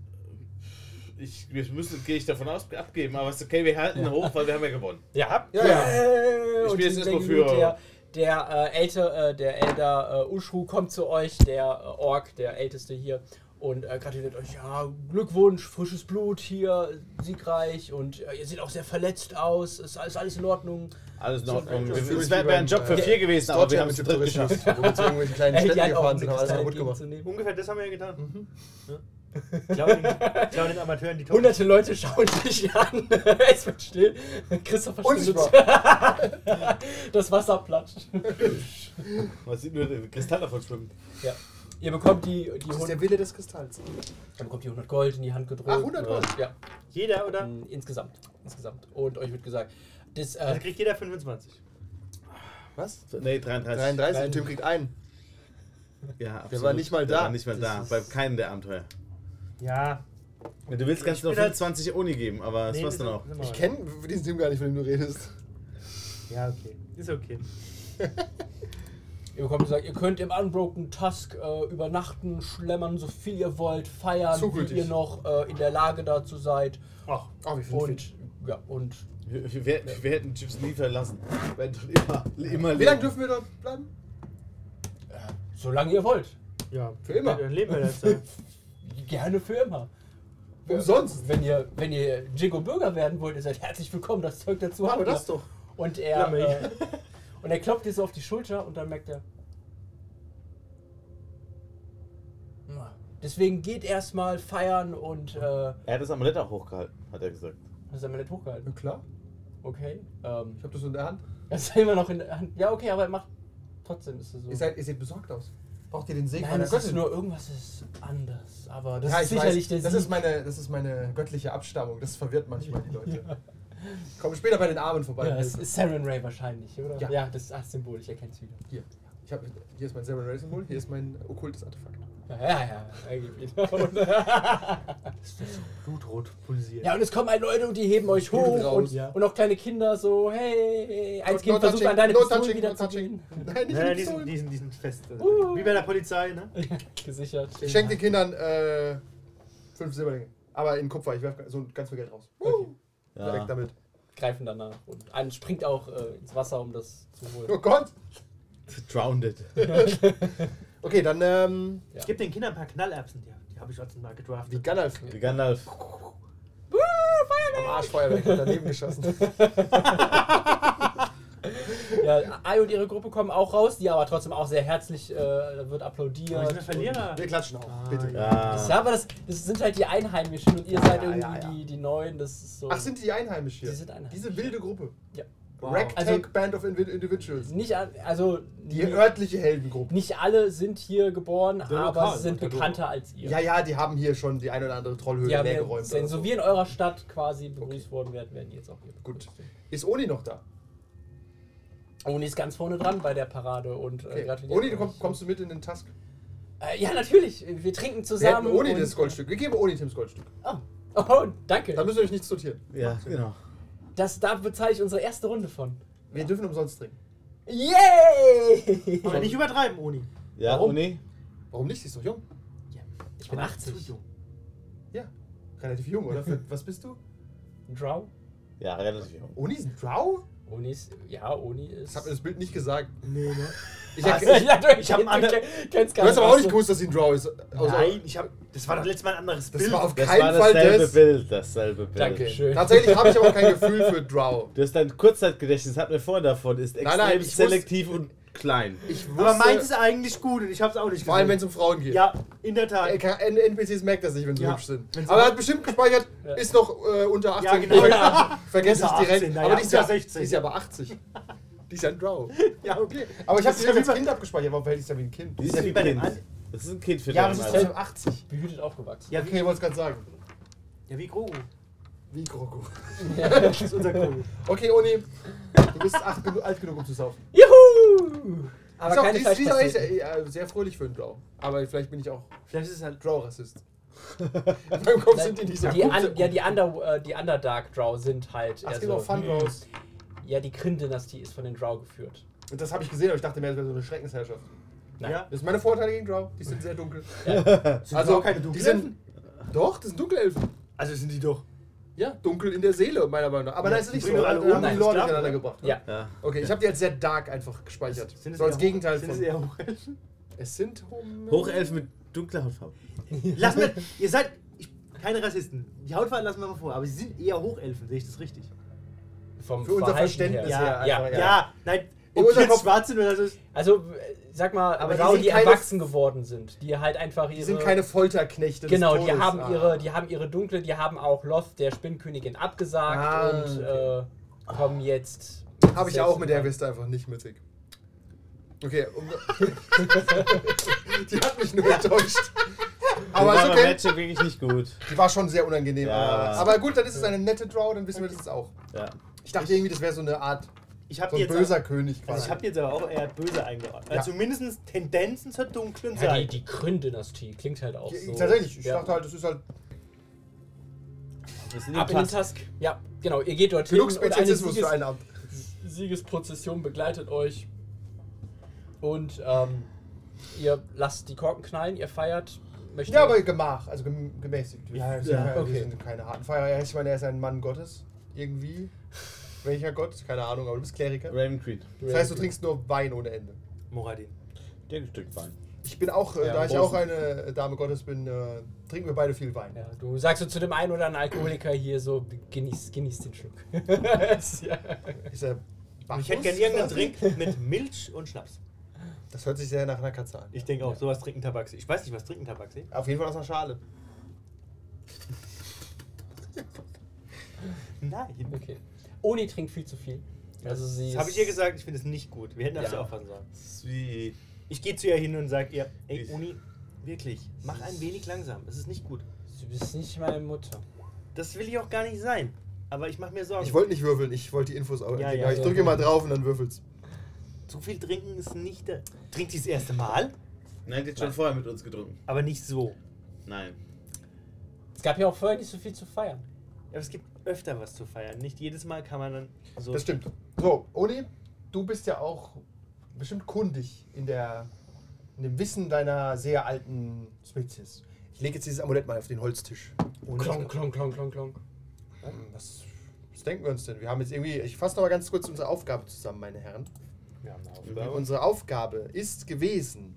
Speaker 4: Ich, wir müssen, gehe ich davon aus, abgeben, aber ist okay, wir halten ihn hoch, weil wir haben ja gewonnen.
Speaker 3: Ja,
Speaker 2: Ja, ja.
Speaker 3: Äh,
Speaker 4: Ich
Speaker 3: und
Speaker 4: bin jetzt
Speaker 3: dieser
Speaker 4: erstmal
Speaker 3: Jude,
Speaker 4: für-
Speaker 3: Der, der, äh, Älter, äh, der Elder äh, Ushru kommt zu euch, der äh, Ork, der Älteste hier, und äh, gratuliert euch. Ja, Glückwunsch, frisches Blut hier, siegreich und äh, ihr seht auch sehr verletzt aus. Ist alles, alles in Ordnung.
Speaker 4: Alles in
Speaker 3: So,
Speaker 4: Ordnung.
Speaker 3: das
Speaker 4: Wir-
Speaker 2: fühle
Speaker 4: Es
Speaker 2: ich
Speaker 4: wäre
Speaker 2: wie
Speaker 4: wär
Speaker 2: beim,
Speaker 4: ein Job für
Speaker 2: äh,
Speaker 4: vier gewesen, aber wir haben es zu dritt
Speaker 2: Tourismus,
Speaker 4: geschafft.
Speaker 2: wo wir zu irgendwelchen kleinen
Speaker 3: Ey, die
Speaker 2: Städten
Speaker 3: hat auch
Speaker 2: gefahren
Speaker 3: einen
Speaker 2: sind, haben alles
Speaker 3: Kristall
Speaker 2: kaputt gemacht.
Speaker 3: entgegenzunehmen.
Speaker 6: Ungefähr das haben wir getan. Ja. Klau Mhm. den, klau den Amateuren die Toten.
Speaker 3: Hunderte Leute schauen dich an. es wird still. Christopher
Speaker 2: Unsichtbar.
Speaker 3: Das Wasser platscht.
Speaker 4: Man sieht nur den Kristall davon schwimmen.
Speaker 3: Ja. Ihr bekommt die, die,
Speaker 2: Das ist der
Speaker 3: 100,
Speaker 2: Wille des Kristalls.
Speaker 3: ihr bekommt die 100 Gold in die Hand gedrückt. Äh,
Speaker 2: Ah, 100 Gold.
Speaker 3: Ja.
Speaker 6: Jeder, oder?
Speaker 3: Mm, Insgesamt. Insgesamt. Und euch wird gesagt, das,
Speaker 6: Also
Speaker 3: äh,
Speaker 6: kriegt jeder 25.
Speaker 2: Was?
Speaker 4: Nee, 33.
Speaker 2: 33, der Typ kriegt einen.
Speaker 4: Ja, absolut.
Speaker 2: war nicht mal
Speaker 4: Der
Speaker 2: da.
Speaker 4: war nicht mal
Speaker 3: Das
Speaker 4: da,
Speaker 3: ist-
Speaker 4: bei keinem der Abenteuer.
Speaker 6: Ja.
Speaker 4: Wenn du willst, kannst du
Speaker 6: Ich
Speaker 4: noch
Speaker 6: bin halt-
Speaker 4: 25 Uni geben, aber das war's dann auch.
Speaker 2: Ich kenne diesen Typ gar nicht, von dem du redest.
Speaker 6: Ja, okay. Ist okay.
Speaker 3: ihr bekommt gesagt, ihr könnt im Unbroken Tusk äh, übernachten, schlemmern, so viel ihr wollt, feiern,
Speaker 2: Zugültig.
Speaker 3: wie ihr noch äh, in der Lage dazu seid.
Speaker 6: Ach,
Speaker 2: Oh, wie viel?
Speaker 3: Und, ja, und
Speaker 4: Wir, wir, wir hätten Chips nie verlassen. Wir hätten doch immer, immer
Speaker 2: Wie lange dürfen wir dort bleiben?
Speaker 3: solange ihr wollt.
Speaker 6: ja.
Speaker 2: Für immer.
Speaker 6: Dann leben wir jetzt. da.
Speaker 3: Gerne für immer.
Speaker 2: Umsonst.
Speaker 3: Wenn ihr, wenn ihr Jigo Bürger werden wollt, ihr seid herzlich willkommen, das Zeug dazu
Speaker 2: Machen wir
Speaker 3: habt ihr.
Speaker 2: das doch.
Speaker 3: Und
Speaker 6: Ja,
Speaker 3: er,
Speaker 6: mei.
Speaker 3: äh, und er klopft dir so auf die Schulter und dann merkt er. "Na, Deswegen geht erstmal feiern und äh,
Speaker 4: Er hat das Amulett auch hochgehalten, hat er gesagt.
Speaker 3: das haben wir nicht hochgehalten.
Speaker 2: klar.
Speaker 3: Okay. Ähm,
Speaker 2: Ich hab das so in der Hand.
Speaker 3: das ist immer noch in der Hand. Ja, okay, aber er macht trotzdem ist es so.
Speaker 2: Ihr seid, ihr seht besorgt aus. Braucht ihr den Segen
Speaker 3: Nein,
Speaker 2: meiner
Speaker 3: es ist
Speaker 2: Göttin?
Speaker 3: nur irgendwas ist anders. Aber das
Speaker 2: ja, ich
Speaker 3: ist sicherlich
Speaker 2: weiß,
Speaker 3: der
Speaker 2: das
Speaker 3: Sieg.
Speaker 2: ist, meine, das ist meine göttliche Abstammung. Das verwirrt manchmal die Leute. Ich komme später bei den Armen vorbei.
Speaker 3: ja, es ist Saren Ray wahrscheinlich, oder?
Speaker 2: Ja.
Speaker 3: das ist das Symbol, ich erkenne es wieder.
Speaker 2: hier. Ich hab, hier ist mein Seven Race Symbol, hier ist mein okkultes Artefakt.
Speaker 3: Ja, ja, ja, ergibt wieder.
Speaker 6: Blutrot pulsiert.
Speaker 3: Ja, und es kommen halt Leute und die heben euch
Speaker 2: Blut
Speaker 3: hoch
Speaker 2: raus.
Speaker 3: und,
Speaker 6: Ja.
Speaker 3: und auch kleine Kinder so, hey, ein
Speaker 2: Not-
Speaker 3: Kind
Speaker 2: not
Speaker 3: versucht
Speaker 2: touching,
Speaker 3: an deine
Speaker 2: not
Speaker 3: Pistole
Speaker 2: touching,
Speaker 3: wieder
Speaker 2: not
Speaker 3: zu
Speaker 2: touching.
Speaker 3: gehen.
Speaker 2: Nein, nicht
Speaker 6: Nein, nein,
Speaker 2: die
Speaker 6: diesen,
Speaker 2: Pistole.
Speaker 6: diesen, diesen Fest. Also,
Speaker 3: Uh.
Speaker 6: Wie bei der Polizei, ne?
Speaker 3: Gesichert.
Speaker 2: Ich schenke den Kindern äh, fünf Silberlinge. Aber in Kupfer, ich werfe so ganz viel Geld raus. Uh,
Speaker 3: Ah.
Speaker 4: Ja.
Speaker 2: Direkt damit.
Speaker 3: Greifen danach. Und einer springt auch äh, ins Wasser, um das zu
Speaker 2: Oh
Speaker 3: holen.
Speaker 2: Gott!
Speaker 4: Drowned.
Speaker 2: Okay, dann ähm,
Speaker 3: Ja.
Speaker 6: Ich gebe den Kindern ein paar Knallerbsen. Die, die habe ich letzten Mal gedraftet.
Speaker 2: die Gandalf
Speaker 4: Gandalf.
Speaker 2: am Arschfeuerwerk daneben geschossen.
Speaker 3: Ja, Ai und ihre Gruppe kommen auch raus, die aber trotzdem auch sehr herzlich, äh, da wird applaudiert.
Speaker 6: Aber die sind ja Verlierer.
Speaker 2: Wir klatschen auch, bitte.
Speaker 4: Ja.
Speaker 3: Ah, Ja, aber das, das sind halt die Einheimischen und ihr
Speaker 2: ja,
Speaker 3: seid irgendwie
Speaker 2: ja, ja.
Speaker 3: Die, die Neuen, das ist so.
Speaker 2: Ach, sind die einheimisch hier?
Speaker 3: Die sind einheimisch.
Speaker 2: Diese wilde Gruppe.
Speaker 3: Ja.
Speaker 6: Wow.
Speaker 2: Ragtag
Speaker 3: Also-
Speaker 2: Band of Invi- Individuals.
Speaker 3: Nicht, an- also
Speaker 2: Die
Speaker 3: nicht-
Speaker 2: örtliche Heldengruppe.
Speaker 3: nicht alle sind hier geboren, aber
Speaker 6: lokal,
Speaker 3: sie sind
Speaker 6: Matador.
Speaker 3: bekannter als ihr.
Speaker 2: Ja, ja, die haben hier schon die ein oder andere Trollhöhle
Speaker 3: Die haben
Speaker 2: leer
Speaker 3: ja-
Speaker 2: geräumt.
Speaker 3: sind
Speaker 2: oder
Speaker 3: so
Speaker 2: so.
Speaker 3: wie in eurer Stadt quasi begrüßt worden werden, werden die jetzt auch hier.
Speaker 2: Gut. Ist Oni noch da?
Speaker 3: Oni ist ganz vorne dran bei der Parade und äh,
Speaker 2: Okay.
Speaker 3: gratuliert.
Speaker 2: Oni, du
Speaker 3: euch.
Speaker 2: komm, kommst du mit in den Task?
Speaker 3: Äh, ja, natürlich. Wir trinken
Speaker 2: Wir
Speaker 3: zusammen.
Speaker 2: hätten Oni
Speaker 3: und-
Speaker 2: das Goldstück. Wir geben Oni Tims Goldstück.
Speaker 3: Oh. oh, danke.
Speaker 2: Da müsst ihr euch nichts notieren.
Speaker 4: ja, genau.
Speaker 3: Das, da bezahle ich unsere erste Runde von.
Speaker 2: Wir dürfen umsonst trinken.
Speaker 3: Yay!
Speaker 6: Aber nicht übertreiben, Uni.
Speaker 4: Ja,
Speaker 3: Warum?
Speaker 4: Uni?
Speaker 2: Warum nicht? Sie ist doch jung.
Speaker 3: Ich bin 80.
Speaker 2: Ja. Relativ jung, oder? Für, was bist du?
Speaker 3: Drow?
Speaker 4: Ja, relativ jung.
Speaker 2: Oni ist ein Drow?
Speaker 3: Oni ist. Ja, Oni ist.
Speaker 2: Das hat mir das Bild nicht gesagt.
Speaker 6: Nee, ne?
Speaker 2: Ich
Speaker 6: Was?
Speaker 2: erkenne-
Speaker 3: ja, du, ich
Speaker 6: hab
Speaker 3: du
Speaker 6: andere-
Speaker 3: kenn- kennst gar
Speaker 2: Du hast aber
Speaker 3: was
Speaker 2: auch nicht
Speaker 3: du-
Speaker 2: gewusst, dass sie ein Drow ist. Also-
Speaker 6: Nein, ich hab. Das war doch letztes Mal ein anderes
Speaker 2: Das
Speaker 6: Bild.
Speaker 2: war auf
Speaker 4: Das
Speaker 2: keinen
Speaker 4: war
Speaker 2: Fall
Speaker 4: dasselbe
Speaker 2: das.
Speaker 4: Bild, dasselbe Bild.
Speaker 3: Danke. Schön.
Speaker 2: Tatsächlich habe ich aber kein Gefühl für Drow.
Speaker 4: Du hast dein Kurzzeitgedächtnis, hat mir vorhin davon, ist extrem
Speaker 2: Nein, nein, ich muss-
Speaker 4: selektiv und klein.
Speaker 2: Ich wusste,
Speaker 6: aber meins ist eigentlich gut und ich hab's auch nicht
Speaker 2: vor allem wenn es
Speaker 6: gesehen.
Speaker 2: um Frauen geht.
Speaker 6: Ja, in der Tat.
Speaker 2: Äh, kann- N- NPCs merkt das nicht, wenn sie
Speaker 6: Ja.
Speaker 2: hübsch sind.
Speaker 6: Wenn's- um
Speaker 2: aber er hat bestimmt gespeichert,
Speaker 3: Ja.
Speaker 2: ist noch äh, unter 18.
Speaker 6: Ja, genau.
Speaker 2: Ja. Vergesse ich
Speaker 6: Unter
Speaker 2: direkt.
Speaker 6: 18, na
Speaker 2: aber
Speaker 6: ja,
Speaker 2: die ist ja,
Speaker 6: unter 16.
Speaker 2: die ist ja aber 80. Die ist ja ein Drow.
Speaker 6: Ja, okay.
Speaker 2: Aber ich habe
Speaker 6: Das
Speaker 2: sie
Speaker 6: ist ja
Speaker 2: als
Speaker 6: wie bei-
Speaker 2: Kind abgespeichert. Warum verhält sich ja wie ein Kind?
Speaker 4: Die ist
Speaker 6: ja
Speaker 4: ein
Speaker 6: wie bei dem
Speaker 4: Kind.
Speaker 6: An-
Speaker 4: Das ist ein Kind für
Speaker 2: Ja, aber
Speaker 4: dein
Speaker 2: sie ist
Speaker 4: Alter.
Speaker 2: trotzdem 80.
Speaker 3: Behütet aufgewachsen.
Speaker 6: Ja,
Speaker 2: Okay, ich
Speaker 6: wie,
Speaker 2: wollte es gerade sagen.
Speaker 6: ja, wie Grogu.
Speaker 2: Wie Grogu.
Speaker 6: Das ist unser Grogu.
Speaker 2: Okay, Oni, du bist acht genu alt genug, um zu saufen.
Speaker 3: Juhu! Aber
Speaker 2: Ist auch-
Speaker 3: keine
Speaker 2: die ist, die ist auch echt,
Speaker 3: Fleischpasteten.
Speaker 2: äh, äh, sehr fröhlich für einen Drow. Aber vielleicht bin ich auch
Speaker 6: Vielleicht ist es halt.
Speaker 2: Drow-Rassist. In meinem Kopf sind die nicht so
Speaker 3: Die,
Speaker 2: gut.
Speaker 3: an, ja, die, Under, äh, die Underdark Drow sind halt.
Speaker 2: Ach,
Speaker 3: eher
Speaker 2: es gibt auch
Speaker 3: so,
Speaker 6: Mhm.
Speaker 2: Fun Drows.
Speaker 3: ja, die Krim-Dynastie ist von den Drow geführt.
Speaker 2: Und Das habe ich gesehen, aber ich dachte mir, das wäre so eine Schreckensherrschaft.
Speaker 6: Ja.
Speaker 2: Das ist meine Vorurteile gegen Drow. Die sind sehr dunkel.
Speaker 6: Sind also auch keine
Speaker 2: die
Speaker 6: dunklen.
Speaker 2: sind, Doch, das sind Dunkelelfen.
Speaker 6: also sind die doch.
Speaker 2: Ja, dunkel in der Seele, meiner Meinung nach. Aber
Speaker 6: Ja,
Speaker 2: nein, ist
Speaker 6: die
Speaker 2: nicht so.
Speaker 6: bringen doch alle
Speaker 2: Da
Speaker 6: um,
Speaker 2: haben die
Speaker 6: nein,
Speaker 2: Leute
Speaker 6: Sklaven,
Speaker 2: miteinander
Speaker 6: oder?
Speaker 2: gebracht.
Speaker 3: Ja.
Speaker 4: Ja.
Speaker 2: Okay, ich habe die als sehr dark einfach gespeichert.
Speaker 6: Sind es
Speaker 2: so als
Speaker 6: eher-
Speaker 2: Gegenteil
Speaker 6: sind
Speaker 2: von.
Speaker 6: es eher Hochelfen?
Speaker 2: Es sind Homo-
Speaker 4: Hochelf mit dunkler Hautfarbe.
Speaker 6: Lass mal, ihr seid ich, keine Rassisten. Die Hautfarben lassen wir mal vor, aber sie sind eher Hochelfen, sehe ich das richtig?
Speaker 3: Vom
Speaker 2: Für unser
Speaker 3: Verhalten
Speaker 2: Verständnis
Speaker 3: her.
Speaker 2: her.
Speaker 3: Ja,
Speaker 2: einfach,
Speaker 6: Ja, nein,
Speaker 2: In
Speaker 6: ob die
Speaker 2: unserem
Speaker 6: jetzt
Speaker 2: Kopf-
Speaker 6: schwarz sind oder so. ist-
Speaker 3: Also, äh, sag mal,
Speaker 2: Aber
Speaker 3: aber
Speaker 2: die
Speaker 3: Drow,
Speaker 2: sind
Speaker 3: die,
Speaker 2: keine-
Speaker 3: erwachsen geworden sind, die halt einfach ihre.
Speaker 2: Die sind keine Folterknechte. des
Speaker 3: Genau, die
Speaker 2: Todes.
Speaker 3: haben,
Speaker 2: Ah.
Speaker 3: ihre, die haben ihre Dunkle, die haben auch Loth, der Spinnkönigin, abgesagt
Speaker 2: Ah,
Speaker 3: und äh, kommen jetzt.
Speaker 2: Habe ich
Speaker 3: selbst
Speaker 2: auch mit der
Speaker 3: dran.
Speaker 2: Weste einfach nicht mittig. Okay, um, die hat mich nur enttäuscht. Aber
Speaker 4: das
Speaker 2: ist
Speaker 4: war
Speaker 2: okay.
Speaker 4: Matchup wirklich nicht gut.
Speaker 2: Die war schon sehr unangenehm.
Speaker 4: Ja.
Speaker 2: aber- Aber gut, dann ist es eine nette Draw, dann wissen wir das jetzt auch.
Speaker 4: Ja.
Speaker 2: Ich dachte irgendwie, das wäre so eine Art,
Speaker 6: Ich habe
Speaker 2: so ein
Speaker 6: jetzt
Speaker 2: böser König
Speaker 6: also ich
Speaker 2: quasi.
Speaker 6: habe jetzt aber auch eher böse eingeordnet.
Speaker 2: Ja.
Speaker 6: Also zumindest Tendenzen zur dunklen
Speaker 3: Ja, die,
Speaker 6: Seite.
Speaker 3: die Kryn-Dynastie klingt halt auch
Speaker 2: Ja,
Speaker 3: so.
Speaker 2: Tatsächlich, ich
Speaker 3: ja.
Speaker 2: dachte halt, das ist halt
Speaker 4: Wir sind
Speaker 3: Ab
Speaker 4: im
Speaker 3: in den
Speaker 4: Task.
Speaker 3: Task. Ja, genau. Ihr geht dorthin
Speaker 2: genug
Speaker 3: und eine
Speaker 2: Spezialismus für
Speaker 3: Sieges
Speaker 2: einen Abend.
Speaker 3: Siegesprozession begleitet euch. Und ähm, ihr lasst die Korken knallen, ihr feiert. Möchtet
Speaker 2: Ja, aber gemach, also gem gemäßigt.
Speaker 6: Ja, ja,
Speaker 2: wir
Speaker 3: okay.
Speaker 2: sind keine harten Feierer. Ich meine, er ist ein Mann Gottes, irgendwie. Welcher Gott? Keine Ahnung, aber du bist Kleriker.
Speaker 4: Raven Creed.
Speaker 2: Das heißt, du trinkst nur Wein ohne Ende.
Speaker 6: Moradin.
Speaker 4: Der ein Stück Wein.
Speaker 2: Ich bin auch, äh,
Speaker 3: Ja,
Speaker 2: da ich
Speaker 3: Rosen.
Speaker 2: auch eine Dame Gottes bin, äh, trinken wir beide viel Wein.
Speaker 3: Ja, du sagst so zu dem einen oder anderen Alkoholiker hier so, genieß, genieß den Schluck. ja.
Speaker 2: Ist er
Speaker 6: Ich hätte gerne irgendeinen Drink mit Milch und Schnaps.
Speaker 2: Das hört sich sehr nach einer Katze an.
Speaker 6: Ich denke auch, sowas trinken Tabaxi. Ich weiß nicht, was trinken Tabaxi.
Speaker 2: Auf jeden Fall aus einer Schale.
Speaker 6: Nein.
Speaker 3: Okay. Oni trinkt viel zu viel. Also sie
Speaker 6: Das
Speaker 3: ist-
Speaker 6: habe ich ihr gesagt, ich finde es nicht gut. Wir hätten auf
Speaker 3: Ja.
Speaker 6: sie aufpassen sollen.
Speaker 4: Sweet.
Speaker 6: Ich gehe zu ihr hin und sage ihr, ey
Speaker 4: Ich-
Speaker 6: Uni, wirklich, mach ein wenig langsam. Es ist nicht gut.
Speaker 3: Du bist nicht meine Mutter.
Speaker 6: Das will ich auch gar nicht sein. Aber ich mache mir Sorgen.
Speaker 2: Ich wollte nicht würfeln, ich wollte die Infos auch.
Speaker 6: Ja,
Speaker 2: Ja,
Speaker 6: ja,
Speaker 2: ich
Speaker 6: ja.
Speaker 2: drücke mal drauf und dann würfel's.
Speaker 6: Zu viel trinken ist nicht. der- Trinkt sie das erste Mal,
Speaker 4: Nein, die hat schon vorher mit uns getrunken.
Speaker 6: aber nicht so.
Speaker 4: Nein.
Speaker 3: Es gab ja auch vorher nicht so viel zu feiern.
Speaker 6: Aber es gibt öfter was zu feiern. Nicht jedes Mal kann man dann so.
Speaker 2: Das stimmt. So, Oni, du bist ja auch bestimmt kundig in, der, in dem Wissen deiner sehr alten Spezies. Ich lege jetzt dieses Amulett mal auf den Holztisch. Oni,
Speaker 3: Klonk, klonk, klonk, klonk, klonk.
Speaker 2: ähm, Was, was denken wir uns denn? Wir haben jetzt irgendwie. Ich fasse noch mal ganz kurz unsere Aufgabe zusammen, meine Herren.
Speaker 6: Wir haben eine
Speaker 4: Aufgabe.
Speaker 2: Unsere Aufgabe ist gewesen: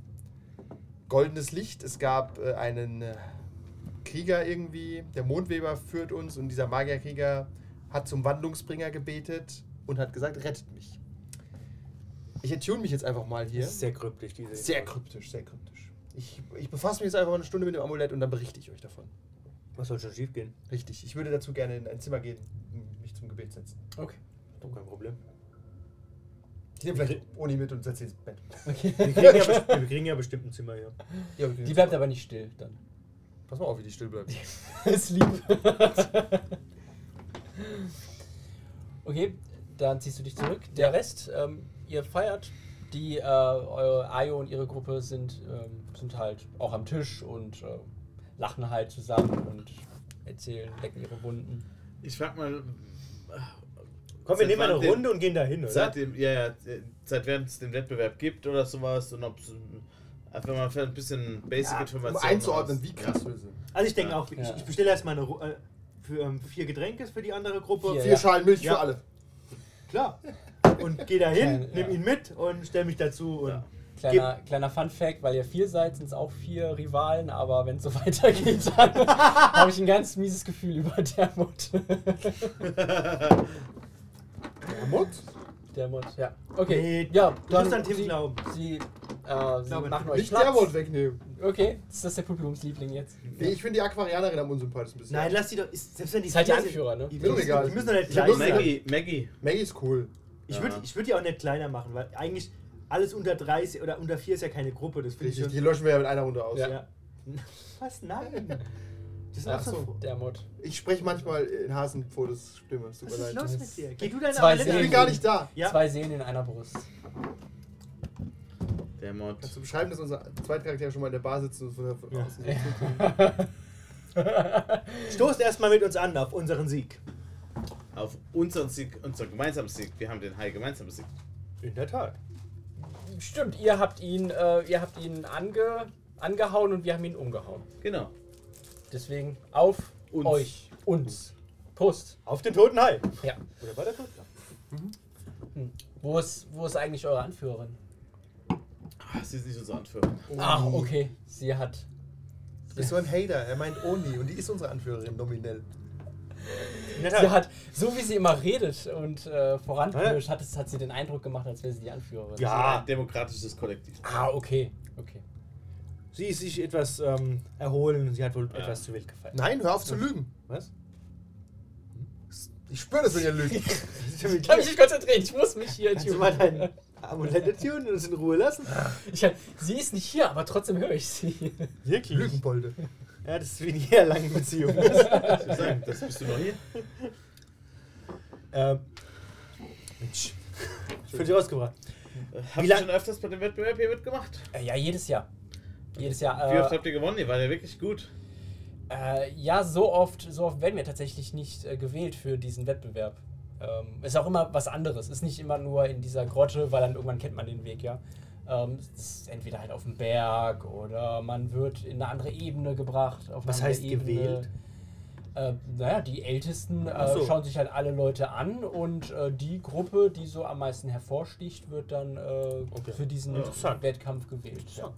Speaker 2: goldenes Licht. Es gab äh, einen äh, Krieger irgendwie. Der Mondweber führt uns und dieser Magierkrieger hat zum Wandlungsbringer gebetet und hat gesagt: Rettet mich. Ich attune mich jetzt einfach mal hier.
Speaker 6: Das ist sehr kryptisch, diese.
Speaker 2: Sehr kryptisch, sehr kryptisch. Ich, ich befasse mich jetzt einfach eine Stunde mit dem Amulett und dann berichte ich euch davon.
Speaker 6: Was soll schon schief gehen?
Speaker 2: Richtig. Ich würde dazu gerne in ein Zimmer gehen, m- mich zum Gebet setzen.
Speaker 3: Okay.
Speaker 6: Doch kein Problem.
Speaker 2: Ich nehme vielleicht Uni mit und setze sie ins Bett.
Speaker 6: Wir kriegen, ja besti- wir kriegen ja bestimmt ein Zimmer hier.
Speaker 2: Ja, okay.
Speaker 3: Die bleibt aber nicht still dann.
Speaker 2: Pass mal auf, wie die still bleibt.
Speaker 3: Ist lieb. okay, dann ziehst du dich zurück. Der Rest, ähm, ihr feiert. Die, äh, eure Ayo und ihre Gruppe sind, ähm, sind halt auch am Tisch und äh, lachen halt zusammen und erzählen, lecken ihre Wunden.
Speaker 4: Ich frag mal.
Speaker 6: Komm, wir
Speaker 4: Seit
Speaker 6: nehmen eine
Speaker 4: wann denn-
Speaker 6: Runde und gehen da hin, oder?
Speaker 4: Seit dem, ja, ja, seit während es den Wettbewerb gibt oder sowas und ob es einfach mal vielleicht ein bisschen basic
Speaker 2: Ja, um
Speaker 4: Informationen.
Speaker 2: einzuordnen,
Speaker 4: hast.
Speaker 2: wie krass wir sind.
Speaker 6: Also ich denke
Speaker 4: Ja.
Speaker 6: auch, ich,
Speaker 3: Ja.
Speaker 6: ich bestelle erstmal eine Ru- äh, für, ähm, vier Getränke für die andere Gruppe.
Speaker 3: Vier,
Speaker 2: Vier
Speaker 3: Ja.
Speaker 2: Schalen Milch
Speaker 6: Ja.
Speaker 2: für alle.
Speaker 6: Klar. Und geh da hin,
Speaker 3: Klein,
Speaker 6: nimm
Speaker 3: ja.
Speaker 6: ihn mit und stell mich dazu. Und
Speaker 4: Ja.
Speaker 3: Kleiner, kleiner Fun Fact, weil ihr vier seid, sind es auch vier Rivalen, aber wenn es so weitergeht, dann habe ich ein ganz mieses Gefühl über Dermot.
Speaker 2: Vermut?
Speaker 3: Dermot, ja. Okay,
Speaker 6: Nee,
Speaker 3: ja,
Speaker 6: du musst an Tim
Speaker 3: sie,
Speaker 6: glauben.
Speaker 3: Sie, äh, sie
Speaker 6: Glaube
Speaker 3: machen
Speaker 6: nicht.
Speaker 3: euch
Speaker 2: Nicht
Speaker 3: Platz.
Speaker 2: Dermot wegnehmen.
Speaker 3: Okay, ist das der Publikumsliebling jetzt?
Speaker 2: Nee, ich finde die Aquarianerin am unsympathischsten bisschen.
Speaker 6: Nein, lass die doch. Ist, selbst wenn die
Speaker 3: Ist halt die
Speaker 6: vier sind-
Speaker 3: Anführer, ne?
Speaker 6: Die,
Speaker 2: Mir doch
Speaker 6: müssen,
Speaker 2: egal.
Speaker 6: die müssen doch nicht
Speaker 2: Ich hab
Speaker 6: klein
Speaker 2: Lust-
Speaker 6: sein.
Speaker 4: Maggie, Maggie.
Speaker 2: Maggie ist cool.
Speaker 6: Ich würde
Speaker 4: Ja.
Speaker 6: ich würd die auch nicht kleiner machen, weil eigentlich alles unter 30 oder unter 4 ist ja keine Gruppe. Das finde ich
Speaker 2: Richtig,
Speaker 6: schon.
Speaker 2: die löschen wir ja mit einer Runde aus.
Speaker 3: Ja.
Speaker 6: Ja. Was? Nein. Das ist
Speaker 2: Ach
Speaker 6: auch so.
Speaker 2: so.
Speaker 6: froh.
Speaker 3: Dermot.
Speaker 2: Ich spreche manchmal in Hasenfotos Stimme. Es tut
Speaker 6: Was
Speaker 2: mir
Speaker 6: ist
Speaker 2: leid.
Speaker 6: los mit dir? Geh du deine
Speaker 3: Zwei
Speaker 6: Amulette
Speaker 2: Ich
Speaker 3: Serien.
Speaker 2: bin
Speaker 6: an.
Speaker 2: gar nicht da.
Speaker 6: Ja.
Speaker 3: Zwei Seelen in einer Brust.
Speaker 4: Der Mod.
Speaker 2: Kannst du beschreiben, dass unser Zweitcharakter schon mal in der Bar sitzt und von der von
Speaker 6: Ja.
Speaker 2: außen
Speaker 6: Stoßt erstmal mit uns an auf unseren Sieg.
Speaker 4: Auf unseren Sieg, unseren gemeinsamen Sieg. Wir haben den High gemeinsamen Sieg.
Speaker 6: In der Tat.
Speaker 3: Stimmt, ihr habt ihn, äh, ihr habt ihn ange, angehauen und wir haben ihn umgehauen.
Speaker 4: Genau.
Speaker 3: Deswegen auf
Speaker 4: Uns.
Speaker 3: euch. Uns. Prost.
Speaker 6: Auf den toten Hai.
Speaker 3: Ja.
Speaker 6: Oder war der tot?
Speaker 3: Wo ist, wo ist eigentlich eure Anführerin?
Speaker 4: Ah, Sie ist nicht unser Anführer.
Speaker 3: Ach, okay. Sie hat.
Speaker 2: Du bist so ein Hater. Er meint Oni und die ist unsere Anführerin nominell.
Speaker 6: In der
Speaker 3: Sie
Speaker 6: Tat.
Speaker 3: hat, so wie sie immer redet und äh, voranpirscht, hat, es- hat sie den Eindruck gemacht, als wäre sie die Anführerin.
Speaker 6: Ja.
Speaker 4: Ein demokratisches Kollektiv.
Speaker 3: Ah, okay. Okay.
Speaker 6: Sie ist sich etwas ähm, erholen. Sie hat wohl
Speaker 4: Ja.
Speaker 6: etwas zu wild gefallen.
Speaker 2: Nein, hör auf zu lügen.
Speaker 6: Was?
Speaker 2: Ich spüre das, wenn ihr lügt.
Speaker 3: Ich kann mich nicht konzentrieren, ich muss mich hier
Speaker 6: Kannst du mal
Speaker 3: tunen.
Speaker 6: dein Amulett tunen und uns in Ruhe lassen?
Speaker 3: Ich, hab- sie ist nicht hier, aber trotzdem höre ich sie.
Speaker 6: Wirklich?
Speaker 2: Lügenbolde.
Speaker 6: Ja, das ist wie in jeder langen Beziehung.
Speaker 4: Ich würd sagen, das bist du noch hier.
Speaker 6: ähm, Mensch. Ich bin dich rausgebracht.
Speaker 4: Äh, Habt ihr
Speaker 6: lang-
Speaker 4: schon öfters bei dem Wettbewerb hier mitgemacht?
Speaker 3: Äh, ja, jedes Jahr. Jedes
Speaker 4: Wie oft
Speaker 3: Jahr. Äh,
Speaker 4: habt ihr gewonnen? Ihr wart ja wirklich gut.
Speaker 3: äh, ja, so oft, so oft werden wir tatsächlich nicht äh, gewählt für diesen Wettbewerb. Ähm, ist auch immer was anderes. Ist nicht immer nur in dieser Grotte, weil dann irgendwann kennt man den Weg, ja. Ähm, es ist entweder halt auf dem Berg oder man wird in eine andere Ebene gebracht. Auf
Speaker 6: Was
Speaker 3: eine andere
Speaker 6: heißt
Speaker 3: Ebene.
Speaker 6: gewählt?
Speaker 3: Äh, naja, die Ältesten äh,
Speaker 6: Ach so.
Speaker 3: schauen sich halt alle Leute an und äh, die Gruppe, die so am meisten hervorsticht, wird dann äh, für diesen
Speaker 6: Interessant.
Speaker 3: Wettkampf gewählt. Ja.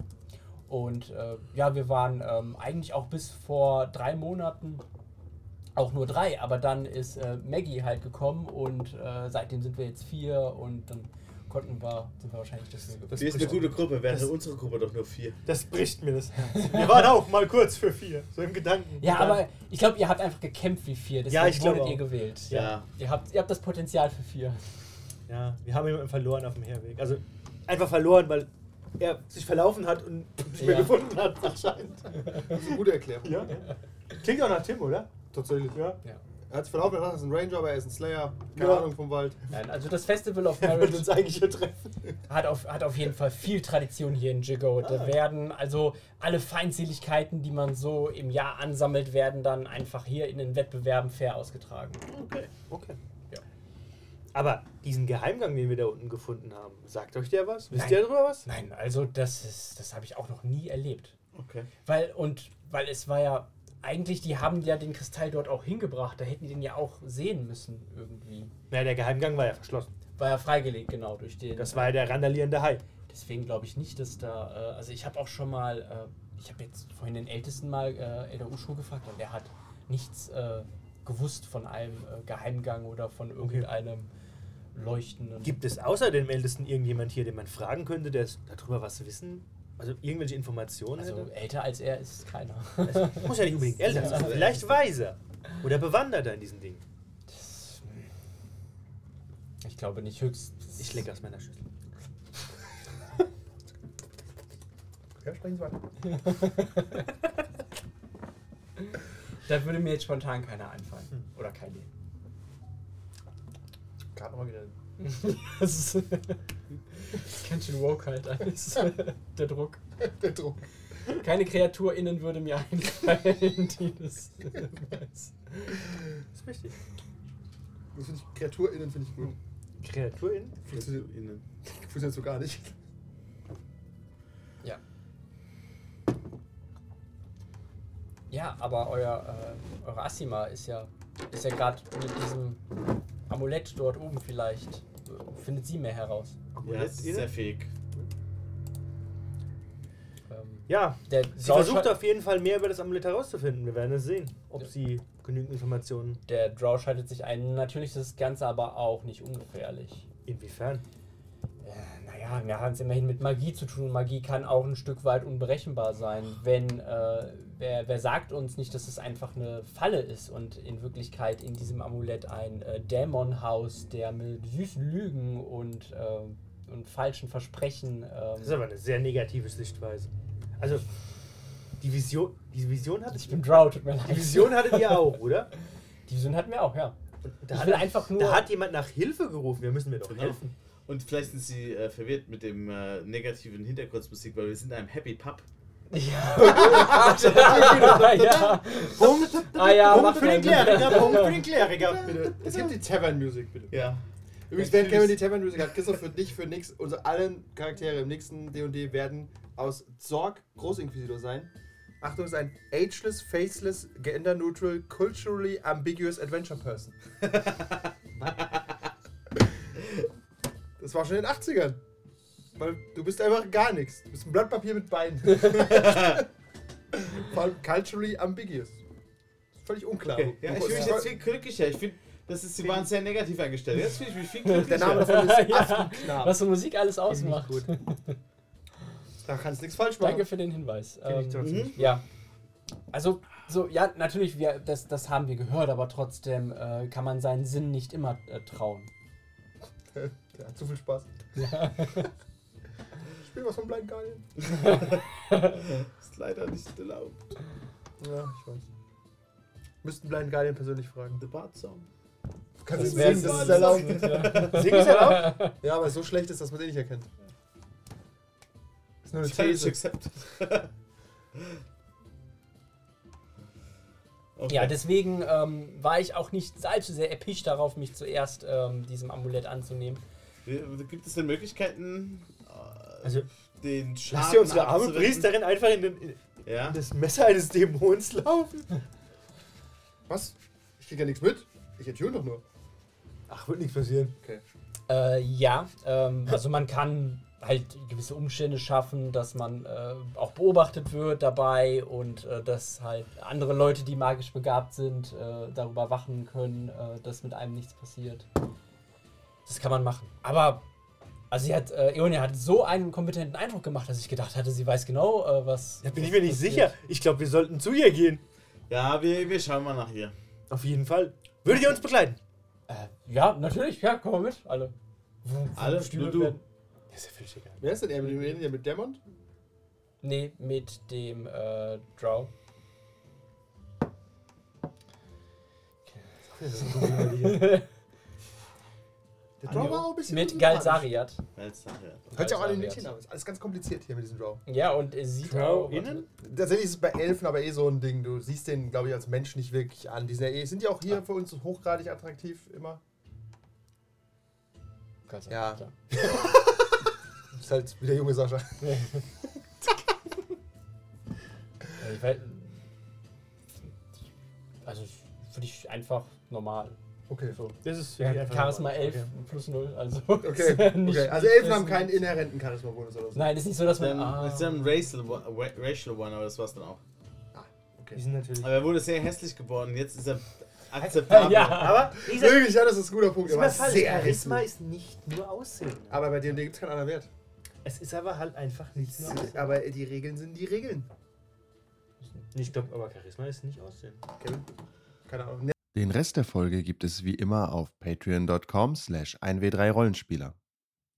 Speaker 3: Und äh, ja, wir waren ähm, eigentlich auch bis vor drei Monaten auch nur drei, aber dann ist äh, Maggie halt gekommen und äh, seitdem sind wir jetzt vier und dann konnten wir, sind wir wahrscheinlich deswegen
Speaker 6: Das
Speaker 4: Wir ist eine
Speaker 6: bricht-
Speaker 4: gute Gruppe, wäre
Speaker 6: das-
Speaker 4: unsere Gruppe doch nur vier.
Speaker 6: Das bricht mir das Herz. Wir waren auch mal kurz für vier, so im Gedanken.
Speaker 3: Ja,
Speaker 6: Dann-
Speaker 3: aber ich glaube, ihr habt einfach gekämpft wie vier, deswegen
Speaker 6: Ja, ich glaub
Speaker 3: wurdet
Speaker 6: auch.
Speaker 3: ihr gewählt.
Speaker 4: Ja.
Speaker 3: Ihr habt, ihr habt das Potenzial für vier.
Speaker 6: Ja, wir haben jemanden verloren auf dem Herweg. Also einfach verloren, weil er sich verlaufen hat und nicht mehr
Speaker 3: Ja.
Speaker 6: gefunden hat, anscheinend.
Speaker 2: Das ist eine gute Erklärung.
Speaker 6: Ja. Klingt auch nach Tim, oder?
Speaker 2: Tatsächlich.
Speaker 6: Ja.
Speaker 3: Ja.
Speaker 2: Er hat sich verlaufen, er dachte, er ist ein Ranger, aber er ist ein Slayer. Keine
Speaker 6: Ja.
Speaker 2: Ahnung vom Wald.
Speaker 3: Nein, also das Festival of
Speaker 6: Er wird
Speaker 3: Marriage
Speaker 6: uns eigentlich hier treffen.
Speaker 3: hat auf, hat auf jeden Fall viel Tradition hier in Jigo. Da werden also alle Feindseligkeiten, die man so im Jahr ansammelt, werden dann einfach hier in den Wettbewerben fair ausgetragen.
Speaker 4: Okay.
Speaker 6: Okay.
Speaker 3: Ja.
Speaker 6: Aber diesen Geheimgang, den wir da unten gefunden haben, sagt euch der was? Wisst
Speaker 3: Nein.
Speaker 6: ihr darüber was?
Speaker 3: Nein, also das ist, das habe ich auch noch nie erlebt.
Speaker 4: Okay.
Speaker 3: Weil, und weil es war ja, eigentlich, die haben ja den Kristall dort auch hingebracht. Da hätten die den ja auch sehen müssen irgendwie.
Speaker 6: Na, der Geheimgang war ja verschlossen.
Speaker 3: War ja freigelegt, genau, durch den.
Speaker 6: Das war ja der randalierende Hai.
Speaker 3: Deswegen glaube ich nicht, dass da. Äh, also ich habe auch schon mal, äh, ich habe jetzt vorhin den Ältesten mal äh, Elder Usho gefragt und der hat nichts äh, gewusst von einem äh, Geheimgang oder von irgendeinem leuchtenden.
Speaker 6: Gibt es außer dem Ältesten irgendjemand hier, den man fragen könnte, der s- darüber was wissen? Also irgendwelche Informationen
Speaker 3: also
Speaker 6: hätte?
Speaker 3: älter als er ist keiner.
Speaker 6: Muss ja nicht unbedingt älter sein,
Speaker 3: Ja.
Speaker 6: vielleicht weiser. Oder bewanderter in diesen Dingen.
Speaker 3: Ich glaube nicht höchst.
Speaker 6: Ich lecke aus meiner Schüssel.
Speaker 2: Ja, sprechen Sie weiter.
Speaker 3: Da würde mir jetzt spontan keiner einfallen.
Speaker 6: Hm.
Speaker 3: Oder keine.
Speaker 2: Gerade nochmal wieder.
Speaker 3: das ist ganz schön woke halt alles. Der Druck.
Speaker 2: Der Druck.
Speaker 3: Keine Kreatur innen würde mir einfallen, die das weiß.
Speaker 6: Das ist richtig.
Speaker 2: Das finde ich, KreaturInnen finde ich gut.
Speaker 6: Kreaturin?
Speaker 2: Funktioniert, funktioniert so gar nicht.
Speaker 3: Ja. Ja, aber euer, äh, eure Asima ist ja, ist ja gerade mit diesem Amulett dort oben vielleicht. äh, Findet sie mehr heraus.
Speaker 4: Ja, das ist sehr fähig.
Speaker 3: Ähm,
Speaker 6: Ja,
Speaker 3: der
Speaker 6: sie
Speaker 3: Saul
Speaker 6: versucht
Speaker 3: schei-
Speaker 6: auf jeden Fall mehr über das Amulett herauszufinden. Wir werden es sehen, ob
Speaker 3: Ja.
Speaker 6: sie genügend Informationen.
Speaker 3: Der Draw schaltet sich ein. Natürlich ist das Ganze aber auch nicht ungefährlich.
Speaker 6: Inwiefern?
Speaker 3: Äh, Naja, wir haben es immerhin mit Magie zu tun. Magie kann auch ein Stück weit unberechenbar sein. Wenn, äh, wer, wer sagt uns nicht, dass es einfach eine Falle ist und in Wirklichkeit in diesem Amulett ein äh, Dämon haust, der mit süßen Lügen und, äh, und falschen Versprechen.
Speaker 6: Das ist aber
Speaker 3: Ähm,
Speaker 6: eine sehr negative Sichtweise. Also, die Vision, die Vision hatte
Speaker 3: ich bin Drow, tut mir leid.
Speaker 6: Die Vision hattet ihr auch, oder?
Speaker 3: Die Vision hatten wir auch, ja.
Speaker 6: Da
Speaker 3: ich
Speaker 6: hat-
Speaker 3: will einfach nur.
Speaker 6: Da hat jemand nach Hilfe gerufen. Wir müssen mir doch
Speaker 4: Genau.
Speaker 6: helfen.
Speaker 4: Und vielleicht sind sie äh, verwirrt mit dem äh, negativen Hintergrundmusik, weil wir sind in einem Happy Pub.
Speaker 3: ja, ja.
Speaker 6: Punkt.
Speaker 3: Ah ja,
Speaker 6: Punkt
Speaker 3: mach
Speaker 6: für den
Speaker 3: mal.
Speaker 6: Kleriker. Punkt für den Kleriker.
Speaker 2: Bitte. Es gibt die Tavern Music, bitte.
Speaker 4: Ja.
Speaker 2: Übrigens, wenn Kevin die Tavern Music hat, Christoph wird nicht für nix. Unsere allen Charaktere im nächsten DD werden aus Zorg Großinquisitor sein. Achtung, es ist ein ageless, faceless, gender neutral, culturally ambiguous adventure person. das war schon in den 80ern. Weil du bist einfach gar nichts. Du bist ein Blatt Papier mit Beinen. Vor allem culturally ambiguous. Völlig unklar.
Speaker 4: Okay. ja ich
Speaker 2: Wo-
Speaker 4: fühle mich
Speaker 2: wo-
Speaker 4: jetzt viel glücklicher. Ich finde, das ist, sie waren sehr negativ eingestellt. Jetzt fühle ich mich viel glücklicher.
Speaker 2: der Name davon ist
Speaker 3: Ja.
Speaker 2: Affenknabe.
Speaker 3: Was so Musik alles ausmacht.
Speaker 2: gut. Da kannst du nichts falsch machen.
Speaker 3: Danke für den Hinweis.
Speaker 6: Kenn ich
Speaker 3: Ähm,
Speaker 2: Mhm.
Speaker 6: trotzdem nicht.
Speaker 3: Ja. Also, so, ja, natürlich, wir, das, das haben wir gehört, aber trotzdem äh, kann man seinen Sinn nicht immer äh, trauen.
Speaker 2: Der hat zu viel Spaß. Spiel was vom Blind Guardian.
Speaker 4: ist leider nicht erlaubt.
Speaker 2: Ja, ich weiß. Müssten Blind Guardian persönlich fragen.
Speaker 4: The Bard Song.
Speaker 2: Kannst du
Speaker 3: wär-
Speaker 2: singen, das ist
Speaker 3: das-
Speaker 2: erlaubt.
Speaker 3: ja.
Speaker 2: Singen ist erlaubt? Ja, aber so schlecht ist, dass man den nicht erkennt. Ist nur eine
Speaker 4: Challenge
Speaker 2: These.
Speaker 4: accepted. okay.
Speaker 3: ja, deswegen ähm, war ich auch nicht allzu sehr erpicht darauf, mich zuerst ähm, diesem Amulett anzunehmen.
Speaker 4: Gibt es denn Möglichkeiten, äh,
Speaker 6: Also,
Speaker 4: den Schaden
Speaker 6: lasst ihr unsere arme
Speaker 4: abzuwenden?
Speaker 6: Priesterin einfach in, den, in
Speaker 4: Ja.
Speaker 6: das Messer eines Dämons laufen?
Speaker 2: Was? Ich krieg ja nichts mit. Ich entune doch nur.
Speaker 6: Ach, wird nichts passieren.
Speaker 2: Okay.
Speaker 3: Äh, ja, ähm, also man kann halt gewisse Umstände schaffen, dass man äh, auch beobachtet wird dabei und äh, dass halt andere Leute, die magisch begabt sind, äh, darüber wachen können, äh, dass mit einem nichts passiert. Das kann man machen. Aber also sie hat, äh, Eonia hat so einen kompetenten Eindruck gemacht, dass ich gedacht hatte, sie weiß genau, äh, was.
Speaker 6: Da bin
Speaker 3: was
Speaker 6: ich mir nicht
Speaker 3: passiert.
Speaker 6: sicher. Ich glaube, wir sollten zu ihr gehen.
Speaker 4: Ja, wir, wir schauen mal nach hier.
Speaker 6: Auf jeden Fall. Würdet ihr uns begleiten?
Speaker 3: Äh, ja, natürlich, ja, komm mal mit, alle.
Speaker 4: Alle, nur
Speaker 3: Stühle
Speaker 4: du.
Speaker 3: werden-
Speaker 6: Das ist ja völlig egal.
Speaker 2: Wer ist denn er mit dem Alien, der mit Dämon?
Speaker 3: Nee, mit dem äh, Drow.
Speaker 2: Der
Speaker 4: Anjo.
Speaker 2: Draw war auch ein bisschen.
Speaker 3: Mit
Speaker 2: unsympathisch.
Speaker 3: Galsariat.
Speaker 4: Als nachher.
Speaker 2: Hört ja auch an den
Speaker 3: Galsariat.
Speaker 2: Mädchen an. Ist alles ganz kompliziert hier mit diesem Draw.
Speaker 3: Ja, und er sieht auch.
Speaker 4: innen?
Speaker 2: Tatsächlich ist es bei Elfen aber eh so ein Ding. Du siehst den, glaube ich, als Mensch nicht wirklich an. Die sind, ja eh, sind die auch hier für uns hochgradig attraktiv immer?
Speaker 3: Galsariat,
Speaker 2: Ja.
Speaker 3: ja.
Speaker 2: Ist halt wieder junge Sascha.
Speaker 3: Ja, ich weiß- Äh, Also für dich einfach normal.
Speaker 2: Okay.
Speaker 3: So.
Speaker 6: Das ist
Speaker 3: Wir haben
Speaker 6: einfach
Speaker 3: Charisma
Speaker 6: normal.
Speaker 3: 11
Speaker 6: Okay.
Speaker 3: plus 0, also.
Speaker 2: Okay,
Speaker 3: ist ja nicht-
Speaker 2: okay. Also
Speaker 3: nicht
Speaker 2: Elfen haben
Speaker 3: wissen.
Speaker 2: keinen inhärenten Charisma-Bonus oder so.
Speaker 3: Nein, ist nicht so, dass man.
Speaker 4: Dann,
Speaker 3: Ah,
Speaker 4: ist dann Racial, One- Ra- Racial One, aber das war's dann auch.
Speaker 6: Die sind natürlich.
Speaker 4: Aber er wurde sehr hässlich geboren. Jetzt ist er akzeptabel.
Speaker 3: Ja.
Speaker 6: Aber wie gesagt,
Speaker 2: Wirklich, ja, das ist ein guter Punkt.
Speaker 6: ist
Speaker 2: Aber
Speaker 6: mal falsch.
Speaker 2: sehr
Speaker 6: Charisma
Speaker 2: hässlich.
Speaker 6: ist nicht nur Aussehen.
Speaker 2: Aber bei D&D gibt es keinen anderen Wert.
Speaker 6: Es ist aber halt einfach nicht nur Aussehen.
Speaker 2: Aber die Regeln sind die Regeln.
Speaker 6: Ich glaube, aber Charisma ist nicht Aussehen.
Speaker 2: Kevin? Keine Ahnung.
Speaker 7: Den Rest der Folge gibt es wie immer auf patreon.com slash 1w3rollenspieler.